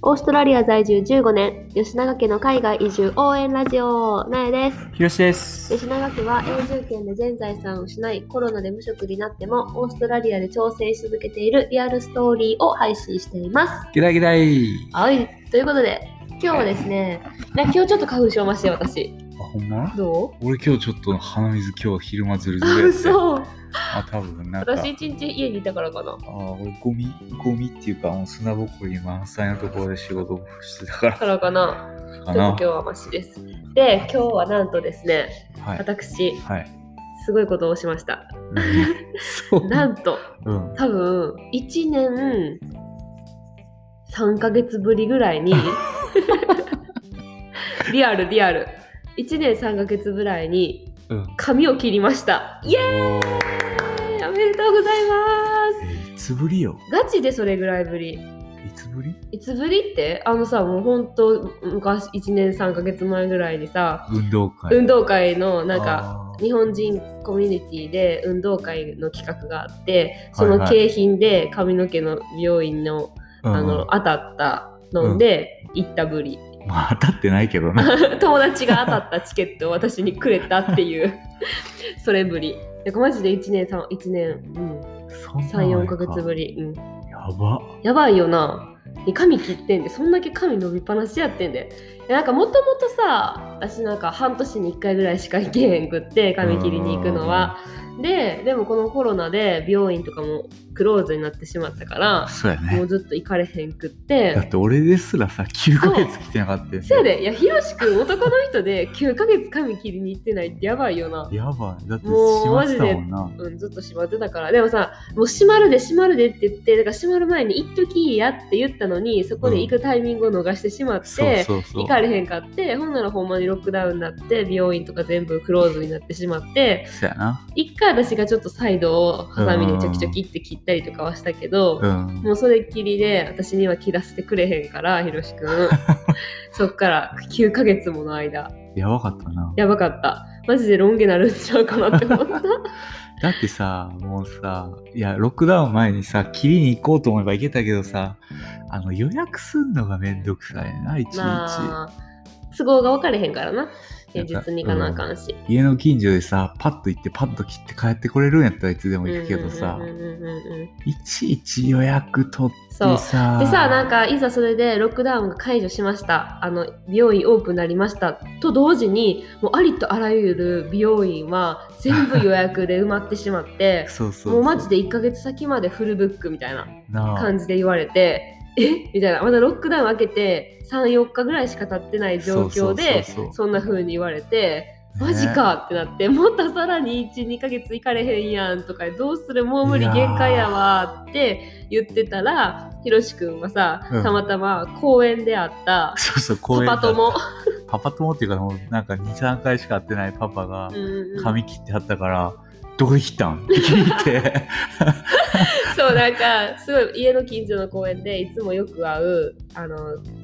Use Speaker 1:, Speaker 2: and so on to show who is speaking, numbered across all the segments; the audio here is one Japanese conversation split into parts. Speaker 1: オーストラリア在住15年、吉永家の海外移住応援ラジオ、なえです。
Speaker 2: ひろしです。
Speaker 1: 吉永家は永住権で全財産を失い、コロナで無職になっても、オーストラリアで挑戦し続けているリアルストーリーを配信しています。
Speaker 2: ギダギダイ。
Speaker 1: はい、ということで、今日はですね、な今日ちょっと花粉症まして、私。
Speaker 2: あ、ほんま
Speaker 1: どう
Speaker 2: 俺今日ちょっと鼻水今日昼間ずるず
Speaker 1: あ、
Speaker 2: るやって。
Speaker 1: 嘘。
Speaker 2: あ、多分なんか。
Speaker 1: 私一日家にいたからかな。
Speaker 2: あ俺ゴミ、ゴミっていうか、もう砂ぼこり満載のところで仕事をしてたか
Speaker 1: だからかな。ちょ
Speaker 2: らか
Speaker 1: っと
Speaker 2: な
Speaker 1: 今。日はマシです。で、今日はなんとですね、
Speaker 2: はい。
Speaker 1: 私、
Speaker 2: はい。
Speaker 1: すごいことをしました。
Speaker 2: そう。
Speaker 1: なんと、
Speaker 2: うん。
Speaker 1: 多分、1年3ヶ月ぶりぐらい に、リアルリアル、1年3ヶ月ぐらいに
Speaker 2: うん。
Speaker 1: 髪を切りました。イエ
Speaker 2: おー
Speaker 1: ーイおめでとうございま
Speaker 2: えいつぶりよ。
Speaker 1: すガチでそれぐらいぶり。
Speaker 2: いつぶり
Speaker 1: いつぶりってあのさ、もうほんと昔、1年3ヶ月前ぐらいにさ、
Speaker 2: 運動会。
Speaker 1: 運動会のなんか、
Speaker 2: あー、
Speaker 1: 日本人コミュニティで運動会の企画があってそ
Speaker 2: はい
Speaker 1: の
Speaker 2: はい
Speaker 1: 景品で髪の毛の美容院の,、
Speaker 2: うん
Speaker 1: あの当たったので行ったぶり、
Speaker 2: まあ当たってないけどな。
Speaker 1: 友達が当たったチケットを私にくれたっていう それぶりなんかマジで1年3 1年、うん、
Speaker 2: そんな前
Speaker 1: 34か月ぶり、うん、
Speaker 2: やば。
Speaker 1: やばいよなで髪切ってんでそんだけ髪伸びっぱなしやってんでいやなんかもともとさ私なんか半年に1回ぐらいしか行けへんくって髪切りに行くのはででもこのコロナで病院とかもクローズになってしまったから
Speaker 2: そうや
Speaker 1: もう
Speaker 2: ね。
Speaker 1: ずっと行かれへんくっ
Speaker 2: だってて俺ですらさ、9ヶ月来てなかったよ
Speaker 1: せやでいやひろしくん男の人で9ヶ月髪切りに行ってないってやばいよな
Speaker 2: やばい。だって
Speaker 1: もう
Speaker 2: 閉まってたもんな。
Speaker 1: うん、ずっと閉まってたからでもさもう閉まるで閉まるでって言ってだから閉まる前に一時やって言ったのにそこで行くタイミングを逃してしまって、
Speaker 2: そうそうそう
Speaker 1: 行。かれへんかってほんならほんまにロックダウンになって美容院とか全部クローズになってしまって
Speaker 2: そうやな。
Speaker 1: 一回私がちょっとサイドをハサミでちょきちょきって切ったりとかはしたけど、
Speaker 2: うん。
Speaker 1: もうそれっきりで私には切らせてくれへんからひろしく んそっから9ヶ月もの間
Speaker 2: やばかったな。
Speaker 1: やばかったマジでロン毛なるんちゃうかなって思 った
Speaker 2: だってさ、もうさ、いや、ロックダウン前にさ、切りに行こうと思えば行けたけどさ、あの、予約すんのがめんどくさいな、いちいち。
Speaker 1: まあ都合が分かれへんからな現実に行かなあかんし、
Speaker 2: 家の近所でさ、パッと行って、パッと切って帰ってこれるんやったらいつでも行くけどさ
Speaker 1: うん、うんうんうんうん
Speaker 2: いちいち予約取って
Speaker 1: そう
Speaker 2: さ、
Speaker 1: でさなんかいざそれでロックダウンが解除しましたあの美容院オープンになりましたと同時にもうありとあらゆる美容院は全部予約で埋まってしまって
Speaker 2: そうそうそう。
Speaker 1: もうマジで1ヶ月先までフルブックみたいな
Speaker 2: なあ、
Speaker 1: 感じで言われてえみたいなまだロックダウン開けて34日ぐらいしか経ってない状況で
Speaker 2: そうそうそうそう
Speaker 1: そんな風に言われて。
Speaker 2: ね
Speaker 1: マジかってなって、またさらに12ヶ月行かれへんやんとかどうするもう無理
Speaker 2: いやー
Speaker 1: 限界やわって言ってたらひろしくんはさ、
Speaker 2: うん
Speaker 1: たまたま公園であった
Speaker 2: そうそう、公
Speaker 1: パ
Speaker 2: 園だ
Speaker 1: パ
Speaker 2: った
Speaker 1: 友、
Speaker 2: パパ友っていうか、もうなんか2、3回しか会ってないパパが、
Speaker 1: うんうん
Speaker 2: 髪切ってはったから、どこで切ったんって聞いて、
Speaker 1: そうなんかすごい家の近所の公園でいつもよく会うあの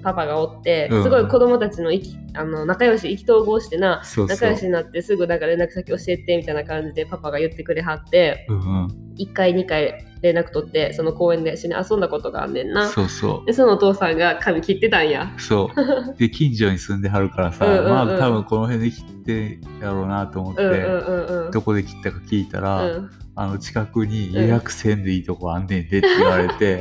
Speaker 1: パパがおって、
Speaker 2: うん
Speaker 1: すごい子供たちの意気あの仲良し意気投合してな
Speaker 2: そうそ
Speaker 1: 仲良
Speaker 2: う
Speaker 1: し。になってすぐなんか連絡先教えてみたいな感じでパパが言ってくれはって
Speaker 2: うんうん、
Speaker 1: 1回2回連絡取ってその公園で一緒に遊んだことがあんねんな
Speaker 2: そうそ
Speaker 1: でそのお父さんが髪切ってたんや
Speaker 2: う。そう。で、近所に住んではるからさ、
Speaker 1: うんうんうん
Speaker 2: まあ多分この辺で切ってやろうなと思って、
Speaker 1: うんうんうんうん
Speaker 2: どこで切ったか聞いたら、
Speaker 1: うん
Speaker 2: あの近くに予約せんでいいとこあんねんでって言われて、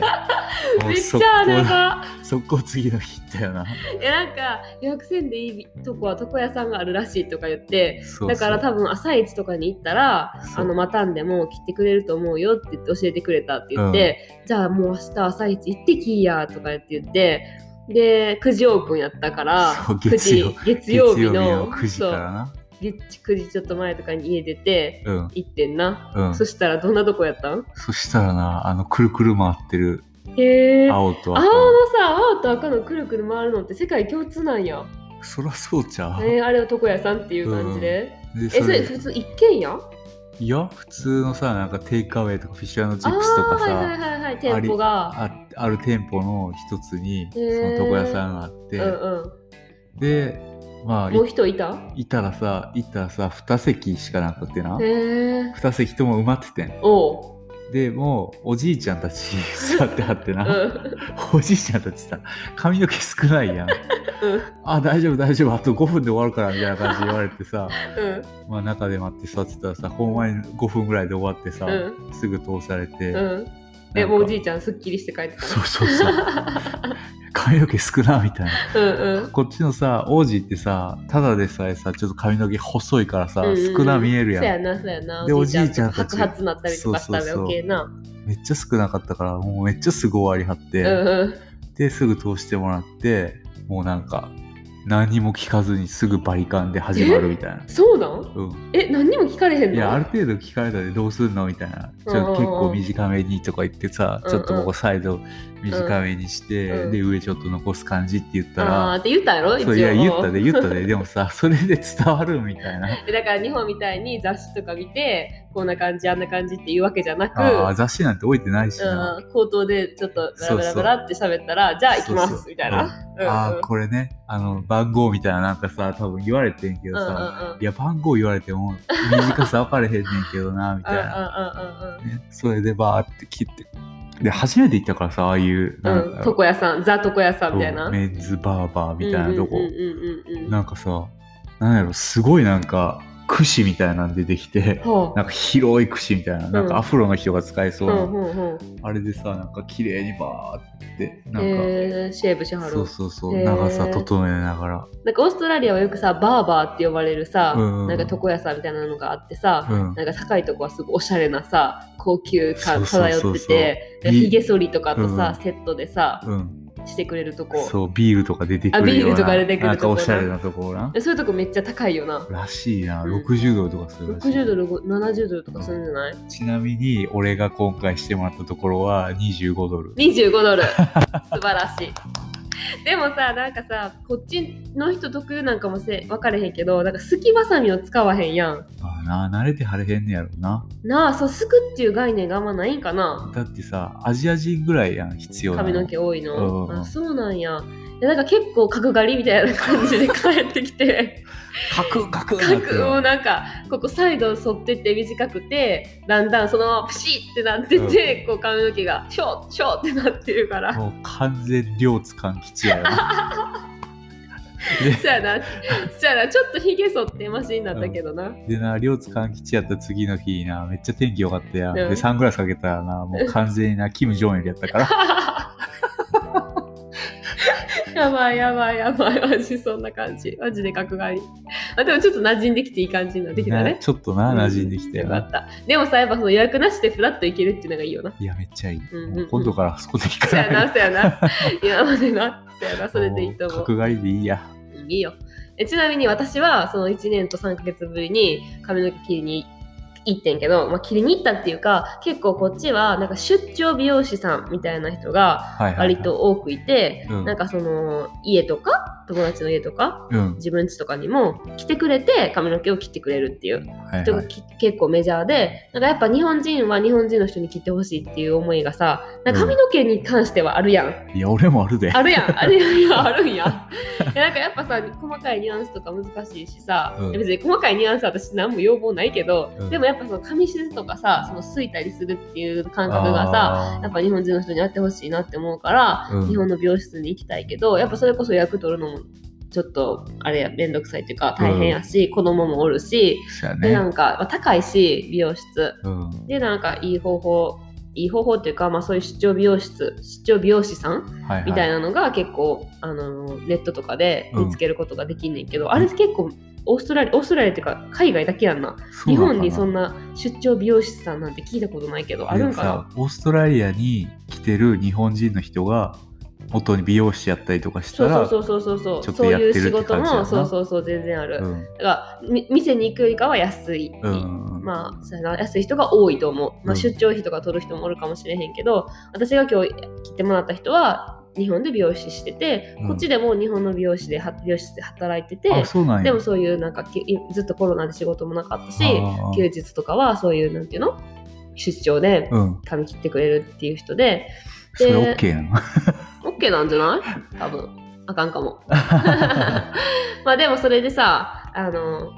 Speaker 2: も
Speaker 1: め
Speaker 2: う
Speaker 1: っ
Speaker 2: そ
Speaker 1: ち
Speaker 2: こ
Speaker 1: ゃあれが
Speaker 2: 速攻次の日行ったよな。
Speaker 1: いやなんか予約せんでいいとこは床屋さんがあるらしいとか言って
Speaker 2: そうそう
Speaker 1: だから多分朝一とかに行ったら
Speaker 2: そう
Speaker 1: あのまたんでも切ってくれると思うよって言って教えてくれたって言って、じゃあもう明日朝一行ってきいやとか言って言ってで9時オープンやったから
Speaker 2: そう
Speaker 1: 9
Speaker 2: 月曜
Speaker 1: 時月曜日の
Speaker 2: 9時からな。
Speaker 1: そう月9時ちょっと前とかに家出て
Speaker 2: うん
Speaker 1: 行ってんな、
Speaker 2: うん。
Speaker 1: そしたらどんなとこやったん
Speaker 2: そしたらな、あのくるくる回ってる
Speaker 1: へえ
Speaker 2: 青と
Speaker 1: 青の。
Speaker 2: 赤
Speaker 1: さ青と赤のくるくる回るのって世界共通なんや、
Speaker 2: そらそうちゃう。
Speaker 1: えーあれは床屋さんっていう感じで、
Speaker 2: で
Speaker 1: えそれ普通一軒家
Speaker 2: いや普通のさなんかテイクアウェイとかフィッシュチ
Speaker 1: あ
Speaker 2: ップスとかさ
Speaker 1: ー
Speaker 2: あ,、
Speaker 1: はいはいはいはい店舗が
Speaker 2: ある店舗の一つにそ
Speaker 1: へー
Speaker 2: の床屋さんがあって、
Speaker 1: うん
Speaker 2: でま
Speaker 1: う
Speaker 2: あ
Speaker 1: んもう
Speaker 2: い
Speaker 1: 人いた
Speaker 2: いたらさいたらさ2席しかなくてな
Speaker 1: へえ
Speaker 2: 2席とも埋まっててん
Speaker 1: おう
Speaker 2: でもうおじいちゃんたち 座ってはって
Speaker 1: う
Speaker 2: な、
Speaker 1: んうん
Speaker 2: おじいちゃんたちさ髪の毛少ないやんあ大丈夫大丈夫あと5分で終わるからみたいな感じで言われてさ
Speaker 1: うん
Speaker 2: まあ中で待って座ってたらさほんまに5分ぐらいで終わってさ、
Speaker 1: う
Speaker 2: すぐ通されて、
Speaker 1: ん
Speaker 2: なん
Speaker 1: うん
Speaker 2: か
Speaker 1: でもうおじいちゃんすっきりして帰ってた
Speaker 2: そうそ うそう髪の毛少なみたいな
Speaker 1: うんうん
Speaker 2: こっちのさ王子ってさただでさえさちょっと髪の毛細いからさ、少な見えるやん
Speaker 1: そうやなそうやな
Speaker 2: で
Speaker 1: とか
Speaker 2: おじいちゃんたち
Speaker 1: 白髪なったりとかしたら
Speaker 2: そうそうそう
Speaker 1: OK な
Speaker 2: めっちゃ少なかったからもうめっちゃすぐ終わりはっ
Speaker 1: う
Speaker 2: て、
Speaker 1: んうん、
Speaker 2: ですぐ通してもらってもうなんか何も聞かずにすぐバリカンで始まるみたいな
Speaker 1: そうなん
Speaker 2: うん、
Speaker 1: え何にも聞かれへんの
Speaker 2: いやある程度聞かれたでどうすんのみたいなちょ
Speaker 1: うんうんうん
Speaker 2: 結構短めにとか言ってさちょっとここサイド短めにして、
Speaker 1: うん
Speaker 2: で上ちょっと残す感じって言った
Speaker 1: あー
Speaker 2: ら、
Speaker 1: って言ったんやろ一
Speaker 2: そ
Speaker 1: 応
Speaker 2: ういや言ったで言っ たででもさそれで伝わるみたいな
Speaker 1: でだから日本みたいに雑誌とか見てこんな感じあんな感じっていうわけじゃなく
Speaker 2: あー雑誌なんて置いてないしな、
Speaker 1: うん、口頭でちょっとブラブラブラって喋ったらじゃあ行きま
Speaker 2: そうそ
Speaker 1: す
Speaker 2: う
Speaker 1: みたいな。うん
Speaker 2: ああこれねあの番号みたいななんかさ多分言われてんけ
Speaker 1: う
Speaker 2: ど
Speaker 1: んうんうん
Speaker 2: さ、
Speaker 1: うん
Speaker 2: いや番号言われても短さ分かれへんねんけどなみたいな、
Speaker 1: う
Speaker 2: ね、それでバーって切ってで初めて行ったからさああいうん
Speaker 1: うんうん
Speaker 2: なん
Speaker 1: うんうん
Speaker 2: か
Speaker 1: 床屋さんザ床屋さんみたい
Speaker 2: そ
Speaker 1: な
Speaker 2: うメンズバーバーみたいなとこ、
Speaker 1: うんうんうんうんうん
Speaker 2: なんかさなんやろすごいなんか櫛みたいなん出てきて
Speaker 1: ほう
Speaker 2: なんか広い櫛みたいななん
Speaker 1: うん
Speaker 2: かアフロの人が使えそう
Speaker 1: ほ
Speaker 2: な、
Speaker 1: うほうほ
Speaker 2: あれでさなんか綺麗にバーって
Speaker 1: う
Speaker 2: なんか、
Speaker 1: へーシェーブしはる
Speaker 2: そうそうそう、
Speaker 1: へー
Speaker 2: 長さ整えながら
Speaker 1: なんかオーストラリアはよくさバーバーって呼ばれるさ、
Speaker 2: うん
Speaker 1: なんか床屋さんみたいなのがあってさ、
Speaker 2: うん
Speaker 1: なんか高いとこはすごいおしゃれなさ高級感
Speaker 2: そうそうそうそ
Speaker 1: 漂
Speaker 2: う
Speaker 1: っててで
Speaker 2: いい
Speaker 1: ひげ剃りとかとさ、
Speaker 2: う
Speaker 1: セットでさ
Speaker 2: うん
Speaker 1: してくれるとこ
Speaker 2: そうビールとか出てく
Speaker 1: あ
Speaker 2: る
Speaker 1: ビー
Speaker 2: よう
Speaker 1: ルと
Speaker 2: な
Speaker 1: か出てくるとこな
Speaker 2: なんかおしゃれなところな
Speaker 1: でそういうとこめっちゃ高いよな
Speaker 2: らしいな、
Speaker 1: うん
Speaker 2: 60ドルとかするらしい
Speaker 1: 60ドル70ドルとかするんじゃない
Speaker 2: ちなみに俺が今回してもらったところは25ドル
Speaker 1: 25ド ル素晴らしいでもさなんかさこっちの人特有なんかもせ分かれへんけどなんかすきばさみを使わへんやん
Speaker 2: まあな慣れてはれへんねやろな
Speaker 1: なあそうすくっていう概念があんまないんかな
Speaker 2: だってさアジア人ぐらいやん必要な
Speaker 1: 髪の毛多いの、
Speaker 2: うんうん
Speaker 1: あそうなんやでなんか結構角刈りみたいな感じで帰ってきて
Speaker 2: カクンカクンなってる
Speaker 1: 角をなんかここサイド反ってって短くてだんだんそのままプシってなってて、こう髪の毛がショーショーってなってるから
Speaker 2: もう完全両津勘吉やよな
Speaker 1: そやなそやなちょっとひげ剃ってマシになったけどな、
Speaker 2: ででな両津勘吉やった次の日なめっちゃ天気良かったやん、
Speaker 1: うん
Speaker 2: でサングラスかけたらなもう完全になキム・ジョンよりやったから
Speaker 1: やばいやばいやばいマジそんな感じマジで角刈りあでもちょっと馴染んできていい感じになってきた
Speaker 2: な
Speaker 1: ね
Speaker 2: ちょっとな馴染んできたよ
Speaker 1: よ
Speaker 2: な、
Speaker 1: かったでもさやっぱその予約なしでフラッと行けるっていうのがいいよ ない
Speaker 2: やめっちゃいい、
Speaker 1: うんうん
Speaker 2: もう今度からあそこで行
Speaker 1: そ
Speaker 2: か
Speaker 1: や
Speaker 2: ない
Speaker 1: なそや な今までなそやなそれでいいと思
Speaker 2: も
Speaker 1: う
Speaker 2: 角刈りでいいや
Speaker 1: うんいいよえちなみに私はその1年と3ヶ月ぶりに髪の毛切りに行ってんけど、まあ、切りに行ったっていうか結構こっちはなんか出張美容師さんみたいな人が
Speaker 2: はいはい、はい、
Speaker 1: 割と多くいて、
Speaker 2: うん
Speaker 1: なんかその家とか友達の家とか
Speaker 2: うん
Speaker 1: 自分家とかにも来てくれて髪の毛を切ってくれるっていう
Speaker 2: はい
Speaker 1: 人
Speaker 2: は
Speaker 1: が
Speaker 2: い、
Speaker 1: き、結構メジャーでなんかやっぱ日本人は日本人の人に切ってほしいっていう思いがさなんか髪の毛に関してはあるやん、
Speaker 2: いや俺もあるで
Speaker 1: あるや ん、あるやんいや、あるんや。いやなんかやっぱさ、細かいニュアンスとか難しいしさ、
Speaker 2: うん
Speaker 1: 別に細かいニュアンスは私何も要望ないけど、
Speaker 2: うん
Speaker 1: でもやっぱその髪質とかさ、そのすいたりするっていう感覚がさ、
Speaker 2: あー
Speaker 1: やっぱ日本人の人にやってほしいなって思うから、
Speaker 2: うん
Speaker 1: 日本の美容室に行きたいけど、やっぱそれこそ予約取るのもちょっとあれや、めんどくさいっていうか大変やし、子供もおるし、
Speaker 2: そうや
Speaker 1: でな
Speaker 2: ね。
Speaker 1: んかまあ高いし、美容室。
Speaker 2: うん。
Speaker 1: で、なんかいい方法、いい方法っていうか、まあそういう出張美容室、出張美容師さん
Speaker 2: はいはい。
Speaker 1: みたい
Speaker 2: な。
Speaker 1: なのが結構、あのネットとかで
Speaker 2: うん
Speaker 1: 見つけることができんねんけど、あれ結構オーストラリアオーストラリアっていうか海外だけやんな日本にそん
Speaker 2: な
Speaker 1: な出張美容師さんなんて聞いたことないけどあるんか
Speaker 2: で
Speaker 1: な
Speaker 2: もさオーストラリアに来てる日本人の人が、元に美容師やったりとかした
Speaker 1: そう
Speaker 2: ら、
Speaker 1: そうそうそうそう
Speaker 2: ち
Speaker 1: そ
Speaker 2: ょ
Speaker 1: うそ
Speaker 2: っと
Speaker 1: う
Speaker 2: や
Speaker 1: い
Speaker 2: ってる
Speaker 1: う
Speaker 2: って
Speaker 1: 仕事
Speaker 2: 感じや
Speaker 1: も
Speaker 2: な
Speaker 1: そうそうそう全然ある、
Speaker 2: う
Speaker 1: だ
Speaker 2: ん。
Speaker 1: からみ店に行くよりかは安い、
Speaker 2: うん。うん。
Speaker 1: まあそうやな安い人が多いと思う、ま
Speaker 2: う
Speaker 1: あ、
Speaker 2: ん
Speaker 1: 出張費とか取る人もおるかもしれへんけど、私が今日来てもらった人は日本で美容師してて、
Speaker 2: うん
Speaker 1: こっちでも日本の美容師では美容室で働いてて
Speaker 2: あ、そうなん
Speaker 1: で
Speaker 2: や。
Speaker 1: もそういうなんかきずっとコロナで仕事もなかったし
Speaker 2: あー
Speaker 1: 休日とかはそういうなんていうの出張で
Speaker 2: うん。
Speaker 1: 髪切ってくれるっていう人で
Speaker 2: それオ
Speaker 1: で
Speaker 2: ッケーなの
Speaker 1: OK なんじゃ ない 多分あかんかもまあでもそれでさあの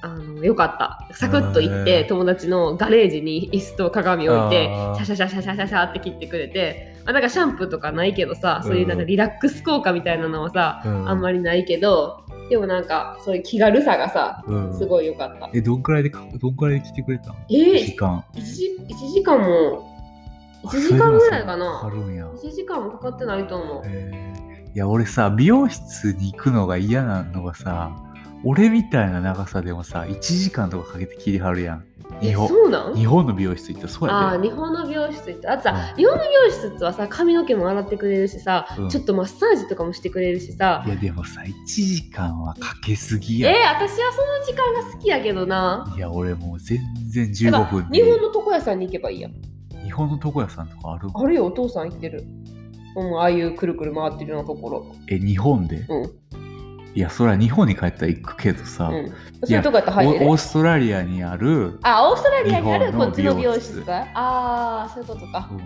Speaker 1: あのよかったサクッと行っ
Speaker 2: へ
Speaker 1: て
Speaker 2: ー
Speaker 1: 友達のガレージに椅子と鏡置いて
Speaker 2: あー
Speaker 1: シャシャシャシャシャシャシャって切ってくれてあなんかシャンプーとかないけどさそういうなんかリラックス効果みたいなのはさ、
Speaker 2: うん
Speaker 1: あんまりないけどでもなんかそういう気軽さがさ
Speaker 2: うん
Speaker 1: すごい良かった、
Speaker 2: え、どんくらいでか、どんくらいで来てくれたの
Speaker 1: えー
Speaker 2: 時間。
Speaker 1: 1, 時間も1時間ぐらいか
Speaker 2: あ
Speaker 1: な
Speaker 2: るんや。
Speaker 1: 1時間もかかってないと思う
Speaker 2: えーいや、俺さ、美容室に行くのが嫌なのがさ、俺みたいな長さでもさ、1時間とかかけて切りはるやん。
Speaker 1: え
Speaker 2: 日本。
Speaker 1: そうなん
Speaker 2: 日本の美容室行ったらそう
Speaker 1: あ
Speaker 2: や
Speaker 1: ー日本の美容室行ってあとさ、
Speaker 2: うん
Speaker 1: 日本の美容室はさ髪の毛も洗ってくれるしさ、
Speaker 2: うん
Speaker 1: ちょっとマッサージとかもしてくれるしさ
Speaker 2: で。いや、でもさ、1時間はかけすぎ
Speaker 1: え
Speaker 2: やん。
Speaker 1: ー私はその時間が好きやけどない
Speaker 2: や、俺もう全然
Speaker 1: だから
Speaker 2: 15分で
Speaker 1: 日本の床屋さんに行けばいいやん
Speaker 2: 日本の床屋さんとかある
Speaker 1: あれよお父さん行ってるうんああいうくるくる回ってるようなところ
Speaker 2: え、日本で、
Speaker 1: うん
Speaker 2: いや、そりゃ日本に帰ったら行くけどさ、
Speaker 1: うんそういうとこやったら入れ
Speaker 2: お
Speaker 1: る
Speaker 2: オーストラリアにある、
Speaker 1: あオーストラリアにある
Speaker 2: 日
Speaker 1: こ
Speaker 2: 本の
Speaker 1: っちの美
Speaker 2: 美
Speaker 1: 容
Speaker 2: 容
Speaker 1: 室
Speaker 2: 室
Speaker 1: ああそういうことか、そう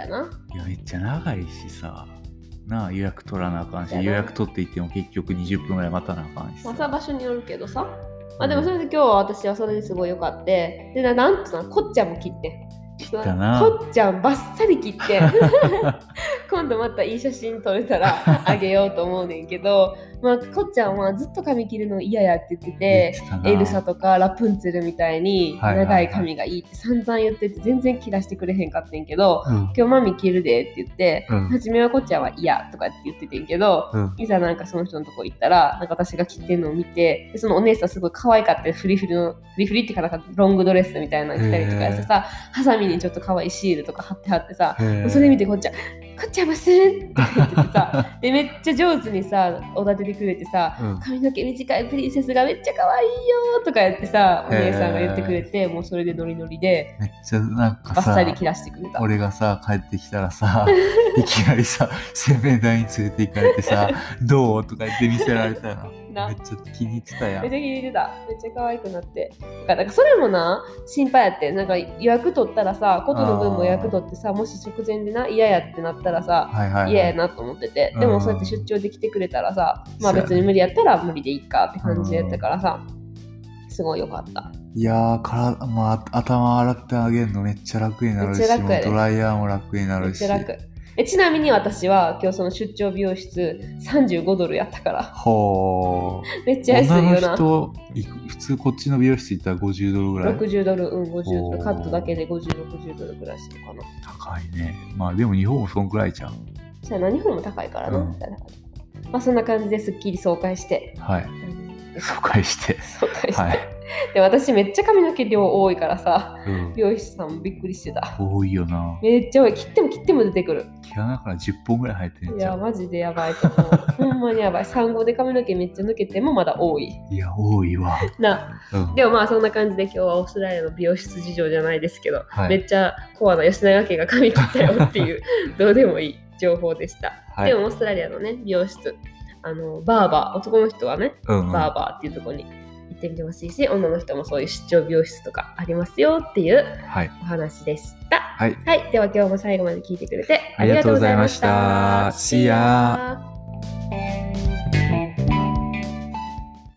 Speaker 1: やない
Speaker 2: やめっちゃ長いしさなあ予約取らなあかんし
Speaker 1: やな
Speaker 2: 予約取っていっても結局20分ぐらい待たなあかんし
Speaker 1: ま
Speaker 2: さ
Speaker 1: あ、それは場所によるけどさまあでもそれで今日は私はそれですごい良かってでななんとなこっちゃんも切って切
Speaker 2: たな
Speaker 1: こっちゃんばっさり切って 今度またいい写真撮れたらあげようと思うねんけど、まあ、こっちゃんはずっと髪切るの嫌やって言って
Speaker 2: 言っててたな
Speaker 1: エルサとかラプンツェルみたいに
Speaker 2: はいはい
Speaker 1: 長
Speaker 2: はい
Speaker 1: い髪がいいって散々言ってて全然切らしてくれへんかってんけど
Speaker 2: うん
Speaker 1: 今日マミ切るでって言って
Speaker 2: うん
Speaker 1: 初めはこっちゃんは嫌とかって言っててんけど
Speaker 2: うん
Speaker 1: いざなんかその人のとこ行ったら、なんか私が着てるのを見て、でそのお姉さんすごい可愛かったフリフリの、フリフリっていうかなんかロングドレスみたいなの着たりとかしてさ、ハサミにちょっと可愛いシールとか貼って貼ってさ、それ見てこっちゃん、こっちゃん忘れんって言っててさ、で、めっちゃ上手にさ、おだててくれてさ、
Speaker 2: うん
Speaker 1: 髪の毛短いプリンセスがめっちゃ可愛いよとかやってさ、お姉さんが言ってくれて、もうそれでノリノリで、
Speaker 2: めっちゃなんか
Speaker 1: バッサ
Speaker 2: さ
Speaker 1: リ切らしてくれた。
Speaker 2: 俺がさ帰ってきたらさ いきなりさ洗面台に連れて行かれてさ「どう?」とか言って見せられたら
Speaker 1: な
Speaker 2: めっちゃ気に入ってたや
Speaker 1: めっ
Speaker 2: ん
Speaker 1: ちゃ気に入ってためっちゃ可愛くなってだからなんかそれもな心配やってなんか予約取ったらさことの分も予約取ってさもし直前でな嫌やってなったらさ
Speaker 2: はいはい、はい、
Speaker 1: 嫌やなと思っててで
Speaker 2: う
Speaker 1: も
Speaker 2: ん
Speaker 1: そうやって出張で来てくれたらさまあ
Speaker 2: そうやね
Speaker 1: 別に無理やったら無理でいいかって感じやったからさすごいよかった
Speaker 2: いやーから、まあ、頭洗ってあげるのめっちゃ楽になる
Speaker 1: めっ
Speaker 2: し
Speaker 1: ちゃ楽やで
Speaker 2: もうドライヤーも楽にな
Speaker 1: めっ
Speaker 2: るし
Speaker 1: ちゃ楽えちなみに私は今日その出張美容室35ドルやったから
Speaker 2: ほー
Speaker 1: めっちゃ安いよな
Speaker 2: 女の人いく普通こっちの美容室行ったら50ドルぐらい
Speaker 1: 60ドルうん50ド
Speaker 2: お
Speaker 1: ル
Speaker 2: ー
Speaker 1: カットだけで5060ドルぐらいするかな
Speaker 2: 高いねまあでも日本もそんくらいじゃん
Speaker 1: そうやな日本も高いからな、
Speaker 2: うん
Speaker 1: まあそんな感じですっきり爽快して
Speaker 2: はい
Speaker 1: 爽
Speaker 2: 紹介して
Speaker 1: 快して、
Speaker 2: はい、
Speaker 1: で私めっちゃ髪の毛量多いからさ
Speaker 2: うん、
Speaker 1: 美容師さんもびっくりしてた
Speaker 2: 多いよな
Speaker 1: めっちゃ多い切っても切っても出てくる
Speaker 2: 毛穴から10本ぐらい生えてん
Speaker 1: い
Speaker 2: じゃ
Speaker 1: や
Speaker 2: ん
Speaker 1: マジでやばいと思 うほんまにやばい産後で髪の毛めっちゃ抜けてもまだ多い
Speaker 2: いや多いわ、
Speaker 1: な
Speaker 2: うん、
Speaker 1: でもまあそんな感じで今日はオーストラリアの美容室事情じゃないですけど、
Speaker 2: はい
Speaker 1: めっちゃコアな吉永家が髪切ったよっていう どうでもいい情報でした、
Speaker 2: はい
Speaker 1: でもオーストラリアのね美容室あのバーバー男の人はね
Speaker 2: うんうん、
Speaker 1: バーバーっていうところに行ってみてほしいし、女の人もそういう出張美容室とかありますよっていう
Speaker 2: はい、
Speaker 1: お話でした。
Speaker 2: はい、
Speaker 1: はい、では今日も最後まで聞いてくれて
Speaker 2: ありがとうございました See ya